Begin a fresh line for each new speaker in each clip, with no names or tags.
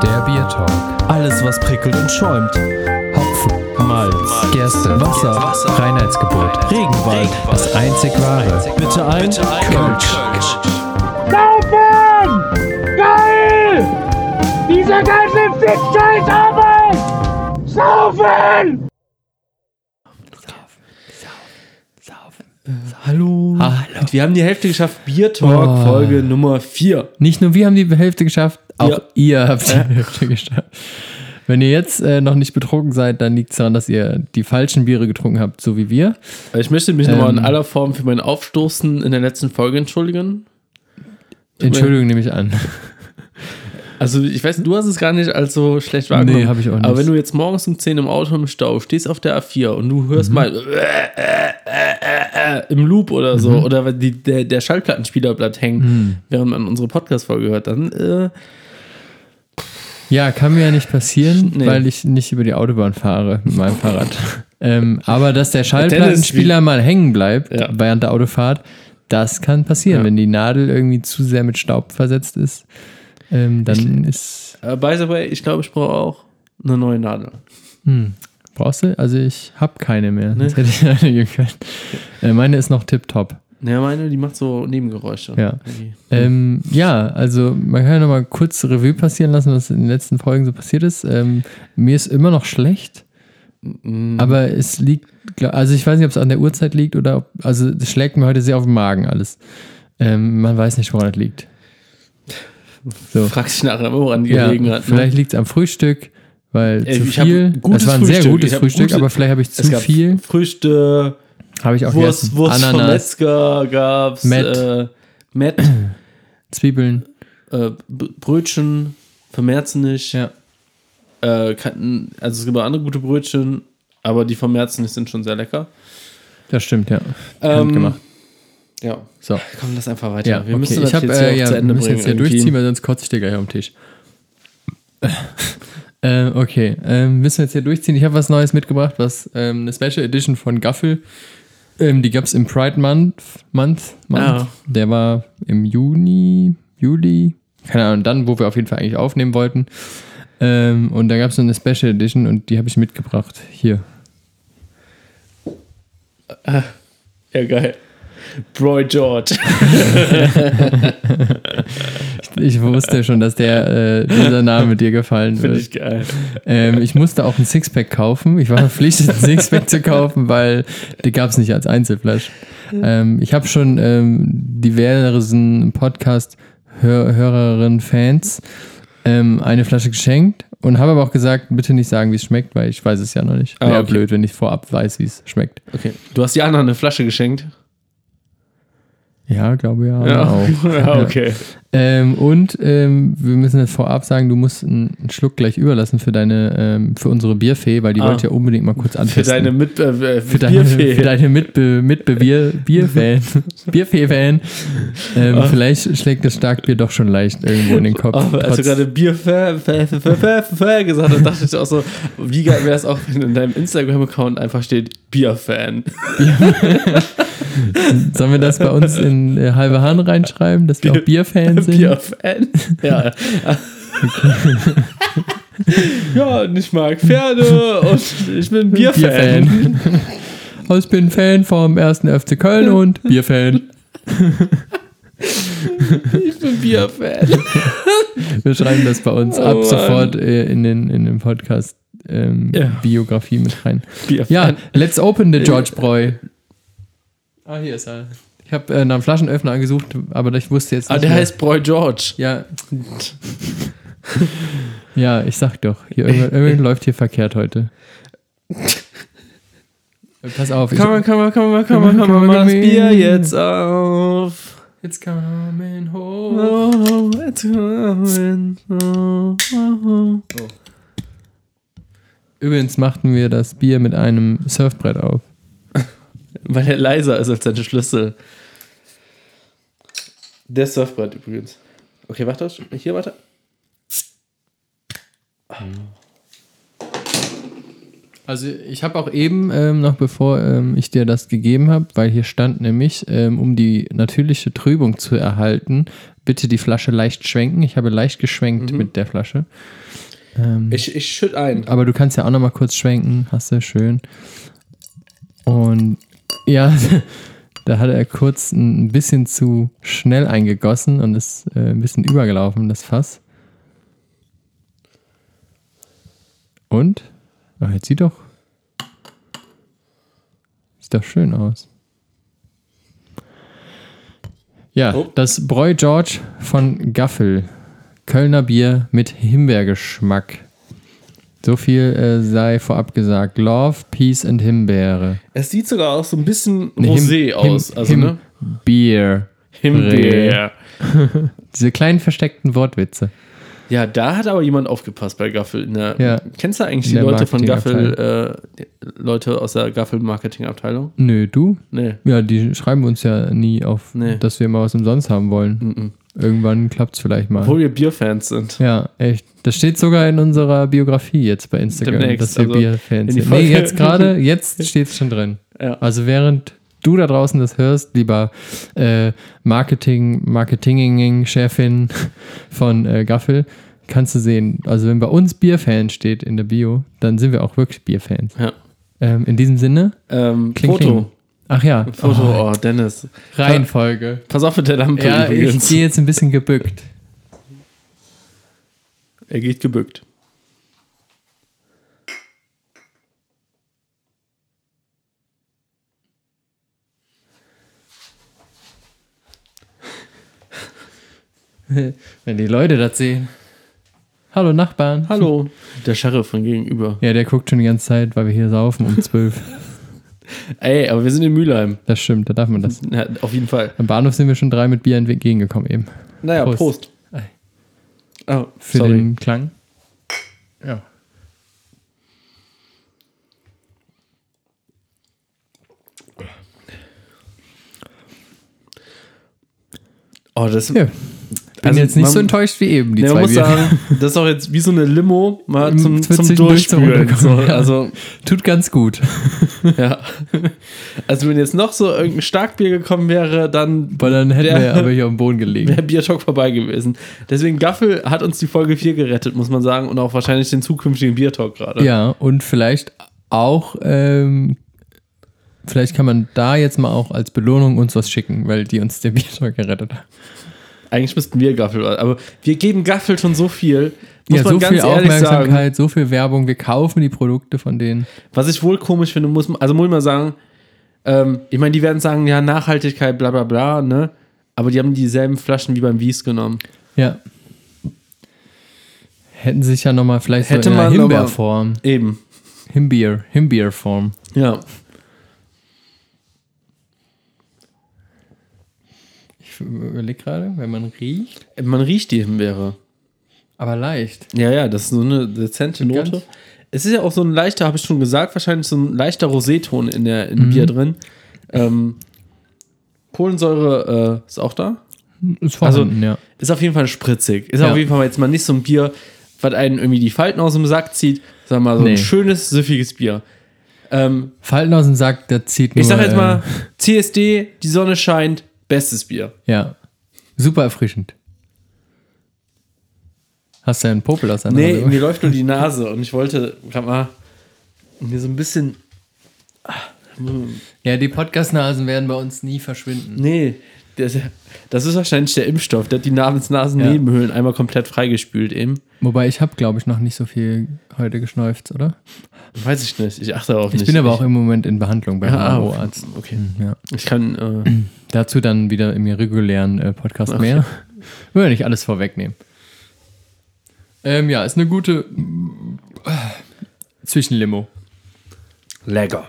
Talk. Alles, was prickelt und schäumt. Hopfen, Malz, Gerste, Wasser, Reinheitsgebot, Regenwald, das einzig wahre. Bitte ein Kölsch.
Saufen! Geil! Diese ganze Fick-Scheiß-Arbeit! Saufen!
Hallo.
Und wir haben die Hälfte geschafft. Bier Talk
Oh.
Folge Nummer 4.
Nicht nur wir haben die Hälfte geschafft, auch
Ja.
ihr habt die Hälfte geschafft. Wenn ihr jetzt äh, noch nicht betrunken seid, dann liegt es daran, dass ihr die falschen Biere getrunken habt, so wie wir.
Ich möchte mich nochmal in
Ähm.
aller Form für mein Aufstoßen in der letzten Folge entschuldigen.
Entschuldigung, nehme ich an.
Also, ich weiß, du hast es gar nicht als so schlecht wahrgenommen.
Nee, hab ich auch nicht.
Aber wenn du jetzt morgens um 10 im Auto im Stau stehst auf der A4 und du hörst
Mhm.
mal äh, äh, äh, äh, im Loop oder
Mhm.
so, oder wenn die, der, der Schallplattenspieler bleibt hängen, während man unsere Podcast-Folge hört, dann äh,
Ja, kann mir ja nicht passieren,
Nee.
weil ich nicht über die Autobahn fahre mit meinem Fahrrad. ähm, aber dass der
Äh, Dennis,
Schallplattenspieler mal hängen bleibt
Ja.
während der Autofahrt, das kann passieren.
Ja.
Wenn die Nadel irgendwie zu sehr mit Staub versetzt ist, ähm, dann ist.
äh, by the way, ich glaube, ich brauche auch eine neue Nadel.
Brauchst du? Also ich habe keine mehr. Sonst hätte ich eine geben können. Äh, meine ist noch tipptopp.
Ja, meine, die macht so Nebengeräusche.
Ja.
Irgendwie.
Ähm, ja, also man kann ja nochmal kurz Revue passieren lassen, was in den letzten Folgen so passiert ist. Ähm, mir ist immer noch schlecht,
Mhm.
aber es liegt, gla- also ich weiß nicht, ob es an der Uhrzeit liegt oder ob, also es schlägt mir heute sehr auf den Magen alles. Ähm, man weiß nicht, woran es liegt. So.
Fragst dich nachher, woran die
Ja,
gelegen hat. ne?
vielleicht liegt es am Frühstück, weil
Ey,
zu
ich hab
viel.
gutes
das war ein sehr
Frühstück.
gutes
Ich hab
Frühstück,
gute-
aber vielleicht habe ich
Es
zu
gab
viel.
Frühstück,
Habe ich auch
Wurst,
gegessen.
Wurst vom
Ananas,
Metzger gab's,
Mett.
äh, Mett,
Zwiebeln.
äh, B- Brötchen, vermerzen nicht.
Ja.
Äh, kann, also es gibt auch andere gute Brötchen, aber die vermerzen nicht sind schon sehr lecker.
Das stimmt, ja.
Ähm,
Handgemacht.
Ja.
So.
Komm, lass einfach weiter.
Ja,
wir
okay.
müssen das
ich hab,
jetzt hier
äh,
auch
ja,
zu
wir
Ende
müssen
bringen.
jetzt hier
irgendwie.
durchziehen, weil sonst kotze ich dir gleich am Tisch. äh, okay, ähm, müssen wir jetzt hier durchziehen. Ich habe was Neues mitgebracht, was ähm, eine Special Edition von Gaffel. Ähm, die gab es im Pride Month. Month, Month.
Ah.
Der war im Juni, Juli, keine Ahnung, dann, wo wir auf jeden Fall eigentlich aufnehmen wollten. Ähm, und da gab es so eine Special Edition und die habe ich mitgebracht. Hier.
Ja, geil. Roy George.
Ich wusste schon, dass der äh, dieser Name dir gefallen
Finde
wird.
ich geil.
Ähm, ich musste auch ein Sixpack kaufen. Ich war verpflichtet, ein Sixpack zu kaufen, weil die gab es nicht als Einzelflasch. Ähm, ich habe schon ähm, diversen Podcast-Hörerinnen, Fans ähm, eine Flasche geschenkt und habe aber auch gesagt, bitte nicht sagen, wie es schmeckt, weil ich weiß es ja noch nicht.
Ah,
Wäre
okay.
blöd, wenn ich vorab weiß, wie es schmeckt.
Okay. Du hast Jana eine Flasche geschenkt.
Ja, glaube ja, auch.
ja okay.
Ähm, und ähm, wir müssen jetzt vorab sagen, du musst einen einen Schluck gleich überlassen für deine, ähm, für unsere Bierfee, weil die
Ah.
wollte ja unbedingt mal kurz
Für
antesten.
deine Mit äh,
für deine, für deine Mitbe Mitbebier Bierfan, Bierfee-Fan. Ähm,
Ah.
Vielleicht schlägt das Starkbier doch schon leicht irgendwo in den Kopf.
Oh, als du
trotz-
gerade Bier fä- fä- fä- fä- fä- fä- gesagt hast, dachte ich auch so, wie geil wäre es auch, wenn in deinem Instagram-Account einfach steht Bierfan.
sollen wir das bei uns in äh, halbe Hahn reinschreiben, dass wir auch Bierfan sind?
Bierfan. Ja. ja, und ich mag Pferde und ich bin Bierfan.
Bierfan. Oh, ich bin Fan vom 1. FC Köln und Bierfan.
Ich bin Bierfan.
Wir schreiben das bei uns
Oh,
ab
Mann.
sofort äh, in den, in den Podcast ähm,
Ja.
Biografie mit rein.
Bierfan.
Ja, let's open the George Bräu. Ah, hier ist er. Ich habe äh, nach einem Flaschenöffner gesucht, aber ich wusste jetzt
Ah, der
mehr.
heißt Boy George.
Ja. ja, ich sag doch. Hier, irgendwas, irgendwas läuft hier verkehrt heute. Äh, Pass auf. Ich,
Komm, komm, komm, komm, komm, komm, komm, mach das Bier jetzt auf.
It's coming home.
Oh, it's coming. Oh, oh, oh.
Übrigens machten wir das Bier mit einem Surfbrett auf.
Weil er leiser ist als seine Schlüssel. Der Surfbrett übrigens. Okay, warte. Hier, warte.
Also ich habe auch eben, ähm, noch bevor ähm, ich dir das gegeben habe, weil hier stand nämlich, ähm, um die natürliche Trübung zu erhalten, bitte die Flasche leicht schwenken. Ich habe leicht geschwenkt mit der Flasche. Ähm,
Ich, ich schütt ein.
aber du kannst ja auch nochmal kurz schwenken. Hast du schön. Und ja, da hat er kurz ein bisschen zu schnell eingegossen und ist äh, ein bisschen übergelaufen, das Fass. Und? Ach, jetzt sieht doch. Sieht doch schön aus. Ja,
Oh.
das Bräu George von Gaffel. Kölner Bier mit Himbeergeschmack. So viel äh, sei vorab gesagt. Love, Peace and Himbeere.
Es sieht sogar auch so ein bisschen
Nee, Him-
Rosé
Him-
aus. also,
Him-
ne?
Beer.
Himbeer.
Diese kleinen versteckten Wortwitze.
Ja, da hat aber jemand aufgepasst bei Gaffel. In der,
Ja.
Kennst du eigentlich
In
die
der
Leute von Gaffel,
Marketingabteilung.
äh, die Leute aus der Gaffel-Marketing-Abteilung?
Nö, du?
Nee.
Ja, die schreiben uns ja nie auf,
Nee.
dass wir mal was umsonst haben wollen. Irgendwann klappt es vielleicht mal.
Obwohl wir Bierfans sind.
ja, echt. Das steht sogar in unserer Biografie jetzt bei Instagram,
Demnächst,
dass wir
also in die
Bierfans sind.
Folge.
Nee, jetzt gerade, jetzt steht es schon drin.
Ja.
Also während du da draußen das hörst, lieber äh, Marketing, Marketing-Chefin von äh, Gaffel, kannst du sehen, also wenn bei uns Bierfan steht in der Bio, dann sind wir auch wirklich Bierfans.
Ja.
Ähm, in diesem Sinne,
Ähm,
Kling,
Foto.
kling. Ach ja,
Foto, oh, Dennis.
oh, Reihenfolge.
Pass auf mit der Lampe
Ja, ich
übrigens.
gehe jetzt ein bisschen gebückt.
er geht gebückt.
Wenn die Leute das sehen. Hallo Nachbarn.
Hallo. Der Sheriff von gegenüber.
Ja, der guckt schon die ganze Zeit, weil wir hier saufen um 12.
Ey, aber wir sind in Mülheim.
Das stimmt, da darf man das.
Ja, auf jeden Fall.
Am Bahnhof sind wir schon drei mit Bier entgegengekommen eben.
Naja, Prost.
Prost.
Oh,
Für
sorry.
den Klang. Ja.
oh, das
ja. Bin
Also
jetzt nicht
man-
so enttäuscht wie eben, die
Nee, man
zwei
muss
Bier.
sagen, das ist auch jetzt wie so eine Limo mal
Mm,
zum,
für
zum
zwischendurch zum
Durchspülen. So,
Runterkommen, ja.
also,
Tut ganz gut.
ja. Also, wenn jetzt noch so irgendein Starkbier gekommen wäre, dann
Weil dann hätten
Ja.
wir aber hier am Boden gelegen.
wäre Biertalk vorbei gewesen. Deswegen, Gaffel hat uns die Folge 4 gerettet, muss man sagen. Und auch wahrscheinlich den zukünftigen Biertalk gerade.
Ja, und vielleicht auch, ähm, vielleicht kann man da jetzt mal auch als Belohnung uns was schicken, weil die uns der Biertalk gerettet hat.
Eigentlich müssten wir Gaffel, aber wir geben Gaffel schon so viel. Muss
ja,
man
so
ganz
viel
ehrlich sagen.
Aufmerksamkeit, so viel Werbung, wir kaufen die Produkte von denen.
Was ich wohl komisch finde, muss man, also muss ich mal sagen, ähm, ich meine, die werden sagen, ja, Nachhaltigkeit, bla bla bla, ne? Aber die haben dieselben Flaschen wie beim Wies genommen.
Ja. Hätten sich ja nochmal vielleicht
Hätte
so in einer
man noch mal-
Himbeerform.
Eben.
Himbeer, Himbeerform.
Ja.
Ich überlege gerade, wenn man riecht.
Man riecht die Himbeere.
Aber leicht.
Ja, ja, das ist so eine dezente
Ganz-
Note. Es ist ja auch so ein leichter, habe ich schon gesagt, wahrscheinlich so ein leichter Roséton in der in dem
Mhm.
Bier drin. Ähm, Kohlensäure äh, ist auch da.
Ist
vorhanden,
ja.
Ist auf jeden Fall spritzig. Ist
Ja.
auf jeden Fall jetzt mal nicht so ein Bier, was einen irgendwie die Falten aus dem Sack zieht, sondern mal so ein
Nee.
schönes, süffiges Bier. Ähm,
Falten aus dem Sack, der zieht nur.
ich sag jetzt mal,
Äh,
CSD, die Sonne scheint, bestes Bier.
ja. Super erfrischend. Hast du ja einen Popel aus einer
Nee, mir läuft nur die Nase und ich wollte gerade mal mir so ein bisschen.
Ja, die Podcast-Nasen werden bei uns nie verschwinden.
Nee, das, das ist wahrscheinlich der Impfstoff. Der hat die Namens
Ja.
Nasennebenhöhlen einmal komplett freigespült eben.
Wobei ich habe, glaube ich, noch nicht so viel heute geschnäuft, oder?
Weiß ich nicht. Ich achte darauf
Ich
nicht.
bin aber auch im Moment in Behandlung beim
Ah,
HO-Arzt.
Okay.
Ja.
Ich kann. Äh,
Dazu dann wieder im regulären äh, Podcast
Okay.
mehr. Würde nicht alles vorwegnehmen. Ähm, ja, ist eine gute äh, Zwischenlimo.
lecker.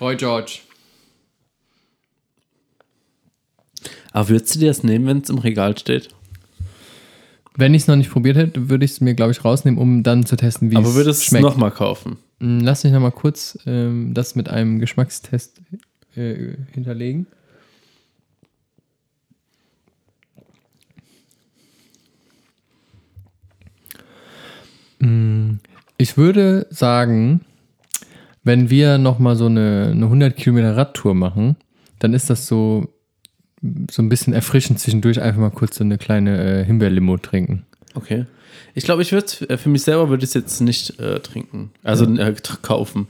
Roy George.
Aber würdest du dir das nehmen, wenn es im Regal steht?
Wenn ich es noch nicht probiert hätte, würde ich es mir, glaube ich, rausnehmen, um dann zu testen, wie
aber würdest
es
du es
schmeckt.
nochmal kaufen?
Mm, Lass mich nochmal kurz ähm, das mit einem Geschmackstest äh, hinterlegen. Mm, Ich würde sagen, wenn wir nochmal so eine, eine 100 Kilometer Radtour machen, dann ist das so, so ein bisschen erfrischend zwischendurch einfach mal kurz so eine kleine äh, Himbeerlimo trinken.
Okay. Ich glaube, ich würde für mich selber würde ich es jetzt nicht äh, trinken. Also äh, tr- kaufen.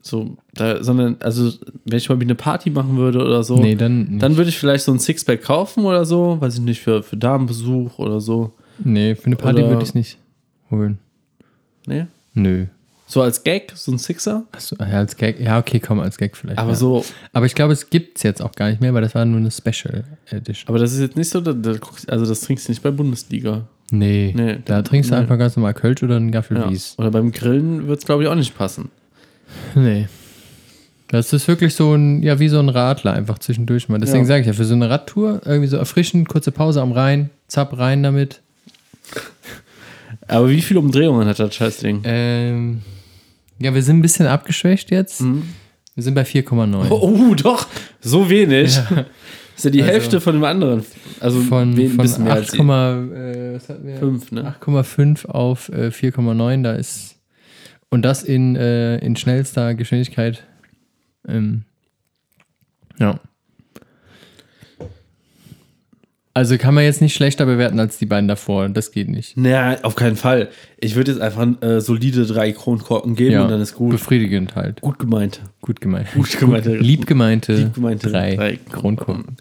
So, da, sondern, also, wenn ich mal wie eine Party machen würde oder so,
Nee, dann nicht.
Oh, dann würde ich vielleicht so ein Sixpack kaufen oder so, weiß ich nicht, für, für Damenbesuch oder so.
Nee, für eine Party
Oder-
würde ich es nicht holen.
Nee.
Nö.
So als Gag, so ein Sixer.
Achso, ja, als Gag. Ja, okay, komm, als Gag vielleicht.
Aber
ja.
so,
Aber ich glaube, es gibt es jetzt auch gar nicht mehr, weil das war nur eine Special Edition.
aber das ist jetzt nicht so, da, da, guckst- also das trinkst du nicht bei Bundesliga.
Nee,
Nee,
da trinkst du
nee.
einfach ganz normal Kölsch oder einen Gaffel
Ja.
Wies.
Oder beim Grillen wird es, glaube ich, auch nicht passen.
Nee. Das ist wirklich so ein, ja, wie so ein Radler einfach zwischendurch mal. Deswegen
Ja.
sage ich ja, für so eine Radtour irgendwie so erfrischend, kurze Pause am Rhein, zapp rein damit.
Aber wie viele Umdrehungen hat das Scheißding?
Ähm, ja, wir sind ein bisschen abgeschwächt jetzt. Wir sind bei 4,9.
Mhm. Oh, doch, so wenig. Ist ja die
Also-
Hälfte von dem anderen. Also
Von,
wen-
von
bisschen mehr als die-
8,5 äh, was hatten wir?
Fünf, ne?
8,5 auf äh, 4,9, da ist. Und das in, äh, in schnellster Geschwindigkeit. Ähm, ja. Also kann man jetzt nicht schlechter bewerten als die beiden davor. Das geht nicht.
Naja, auf keinen Fall. Ich würde jetzt einfach äh, solide drei Kronkorken geben und dann ist gut.
Befriedigend halt.
gut gemeint.
Gut gemeint.
Gut gemeint.
Lieb gemeinte,
Lieb gemeinte
drei,
drei
Kronkorken.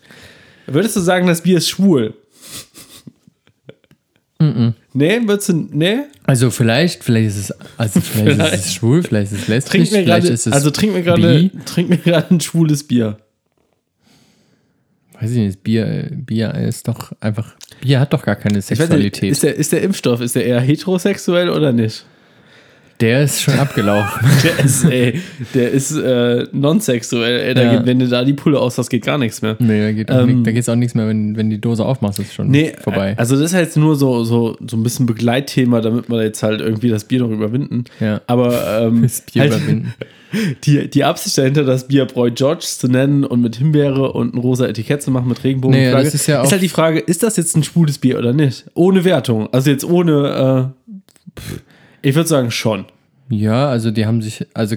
Würdest du sagen, das Bier ist schwul?
Mm,
Nee, würdest du. Nee?
Also vielleicht, vielleicht ist es, also vielleicht, ist es schwul, vielleicht ist es lesbisch,
Trink mir
vielleicht
gerade.
ist es
Also trink mir gerade.
bi.
Trink mir gerade ein schwules Bier.
Weiß ich nicht, Bier, äh, Bier ist doch einfach. Bier hat doch gar keine
Ich weiß nicht,
Sexualität.
ist der, ist der Impfstoff, ist der eher heterosexuell oder nicht?
der ist schon abgelaufen.
Der ist, ey, der ist äh, nonsexuell. Ey, da
Ja.
geht, wenn du da die Pulle auslässt, geht gar nichts mehr.
nee, da geht auch
Ähm,
nix- da geht's auch nichts mehr, wenn, wenn die Dose aufmachst, ist schon
Nee,
vorbei.
also das ist halt nur so, so, so ein bisschen Begleitthema, damit wir jetzt halt irgendwie das Bier noch überwinden.
Ja.
Aber ähm,
das Bier
halt
überwinden.
Die, die Absicht dahinter, das Bier Bräu George zu nennen und mit Himbeere und ein rosa Etikett zu machen mit Regenbogenflagge,
Nee, das ist ja auch-
halt die Frage, ist das jetzt ein schwules Bier oder nicht? Ohne Wertung. Also jetzt ohne, äh, pff, ich würde sagen schon.
Ja, also die haben sich, also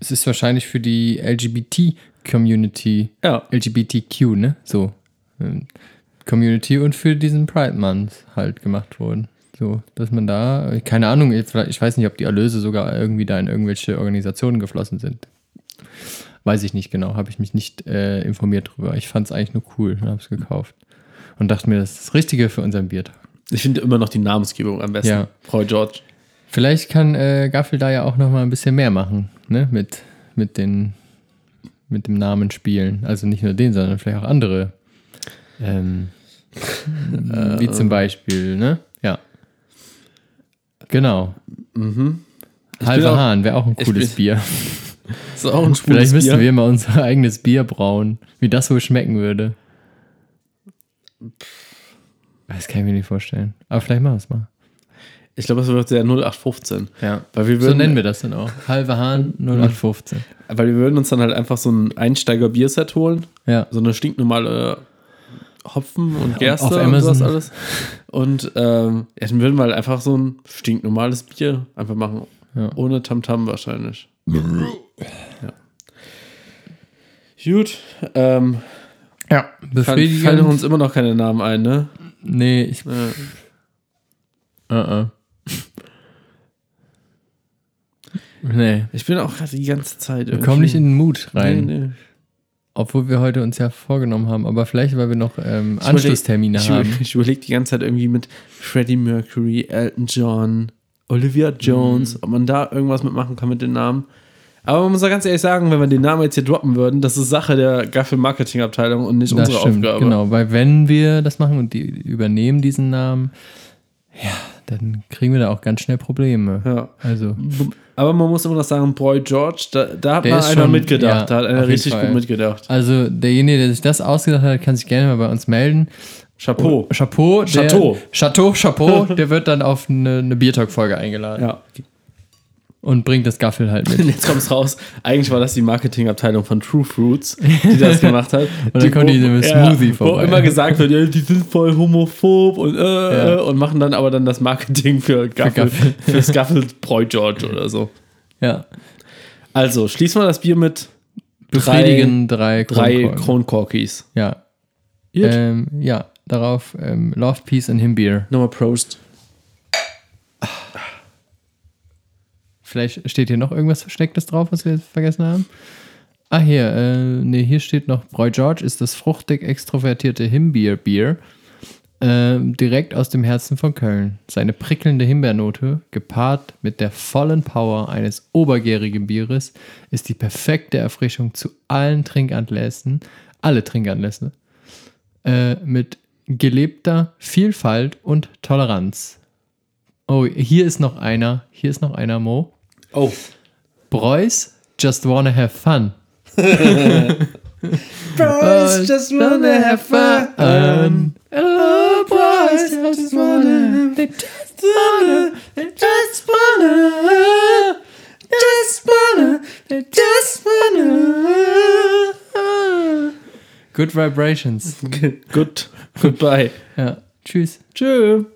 es ist wahrscheinlich für die LGBT-Community,
Ja.
LGBTQ, ne? So. ähm, Community und für diesen Pride Month halt gemacht worden. So, dass man da, äh, keine Ahnung, ich vielleicht- ich weiß nicht, ob die Erlöse sogar irgendwie da in irgendwelche Organisationen geflossen sind. Weiß ich nicht genau, habe ich mich nicht äh, informiert drüber. Ich fand es eigentlich nur cool und habe es gekauft. Und dachte mir, das ist das Richtige für unseren Biertag.
Ich finde immer noch die Namensgebung am besten.
Ja.
Bräu George.
Vielleicht kann äh, Gaffel da ja auch noch mal ein bisschen mehr machen, ne? Mit, mit, den, mit dem Namen spielen. Also nicht nur den, sondern vielleicht auch andere. Ähm, wie zum Beispiel, ne? Ja. Genau.
Mhm. bin
Halber
auch-
Hahn wäre auch ein
ich
cooles
bin-
Bier.
Das ist auch ein schwules
Vielleicht müssten
Bier.
wir mal unser eigenes Bier brauen. Wie das wohl schmecken würde. Das kann ich mir nicht vorstellen. Aber vielleicht machen wir es mal.
Ich glaube, das wird sehr 0815.
Ja.
Weil wir,
So
würden,
nennen wir das dann auch. Halber Hahn 0815.
weil wir würden uns dann halt einfach so ein Einsteiger-Bierset holen.
Ja.
so eine stinknormale äh, Hopfen und Gerste
auf
und
Amazon.
sowas alles. Und ähm, ja, dann würden wir halt einfach so ein stinknormales Bier einfach machen.
Ja.
Ohne Tamtam wahrscheinlich. ja. Gut. Ähm,
Ja,
fallen, fallen
befriedigend.
uns immer noch keine Namen ein, ne?
Nee, ich.
Äh,
Uh -uh. Nee.
ich bin auch gerade die ganze Zeit.
Wir kommen nicht in den Mut rein,
Nee, nee.
obwohl wir heute uns ja vorgenommen haben, aber vielleicht, weil wir noch ähm,
Ich überleg-
Anschlusstermine
ich, über-
haben.
Ich überlege die ganze Zeit irgendwie mit Freddie Mercury, Elton John, Olivia Jones,
Mhm.
ob man da irgendwas mitmachen kann mit den Namen. Aber man muss ja ganz ehrlich sagen, wenn wir den Namen jetzt hier droppen würden, das ist Sache der Gaffel Marketing Abteilung und nicht
Das
unsere
stimmt,
Aufgabe.
genau, weil wenn wir das machen und die übernehmen diesen Namen, ja, dann kriegen wir da auch ganz schnell Probleme.
Ja.
Also,
Aber man muss immer noch sagen, Boy George, da, da hat
Der
mal
ist
einer
schon-
mitgedacht,
ja,
da hat
auf
einer
jeden
richtig
Fall.
gut mitgedacht.
also derjenige, der sich das ausgedacht hat, kann sich gerne mal bei uns melden. Oh,
Chapeau.
Chapeau, der,
Chateau.
Chateau, Chapeau, der wird dann auf eine, eine Biertalk-Folge eingeladen
Ja.
und bringt das Gaffel halt mit.
Und jetzt kommt's raus. Eigentlich war das die Marketingabteilung von True Fruits, die das gemacht hat.
dann kommen die mit dem Smoothie
Wo
vorbei.
immer gesagt wird, ja, die sind voll homophob und, äh, äh, und machen dann aber dann das Marketing für Gaffel,
Gaffel.
für Gaffel Boy George oder so.
Ja.
Also, schließen wir das Bier mit
Befriedigen drei,
drei
Kronkorken.
Kronkorkis.
Ja.
Gut.
Ähm, ja. darauf ähm, Love, Peace and Himbeer.
Nochmal Prost.
Vielleicht steht hier noch irgendwas Verstecktes drauf, was wir jetzt vergessen haben. Ah, hier, äh, nee, hier steht noch, Boy George ist das fruchtig extrovertierte Himbeerbier äh, direkt aus dem Herzen von Köln. Seine prickelnde Himbeernote, gepaart mit der vollen Power eines obergärigen Bieres, ist die perfekte Erfrischung zu allen Trinkanlässen, alle Trinkanlässe, äh, mit gelebter Vielfalt und Toleranz. Oh, hier ist noch einer, hier ist noch einer, Mo.
Oh.
Preuß, just wanna have fun.
Prost, just wanna have fun. Oh, Prost, just wanna, they just wanna, they just wanna, just wanna, they just wanna.
Good vibrations.
Good, goodbye.
Ja. Tschüss.
Tschüss.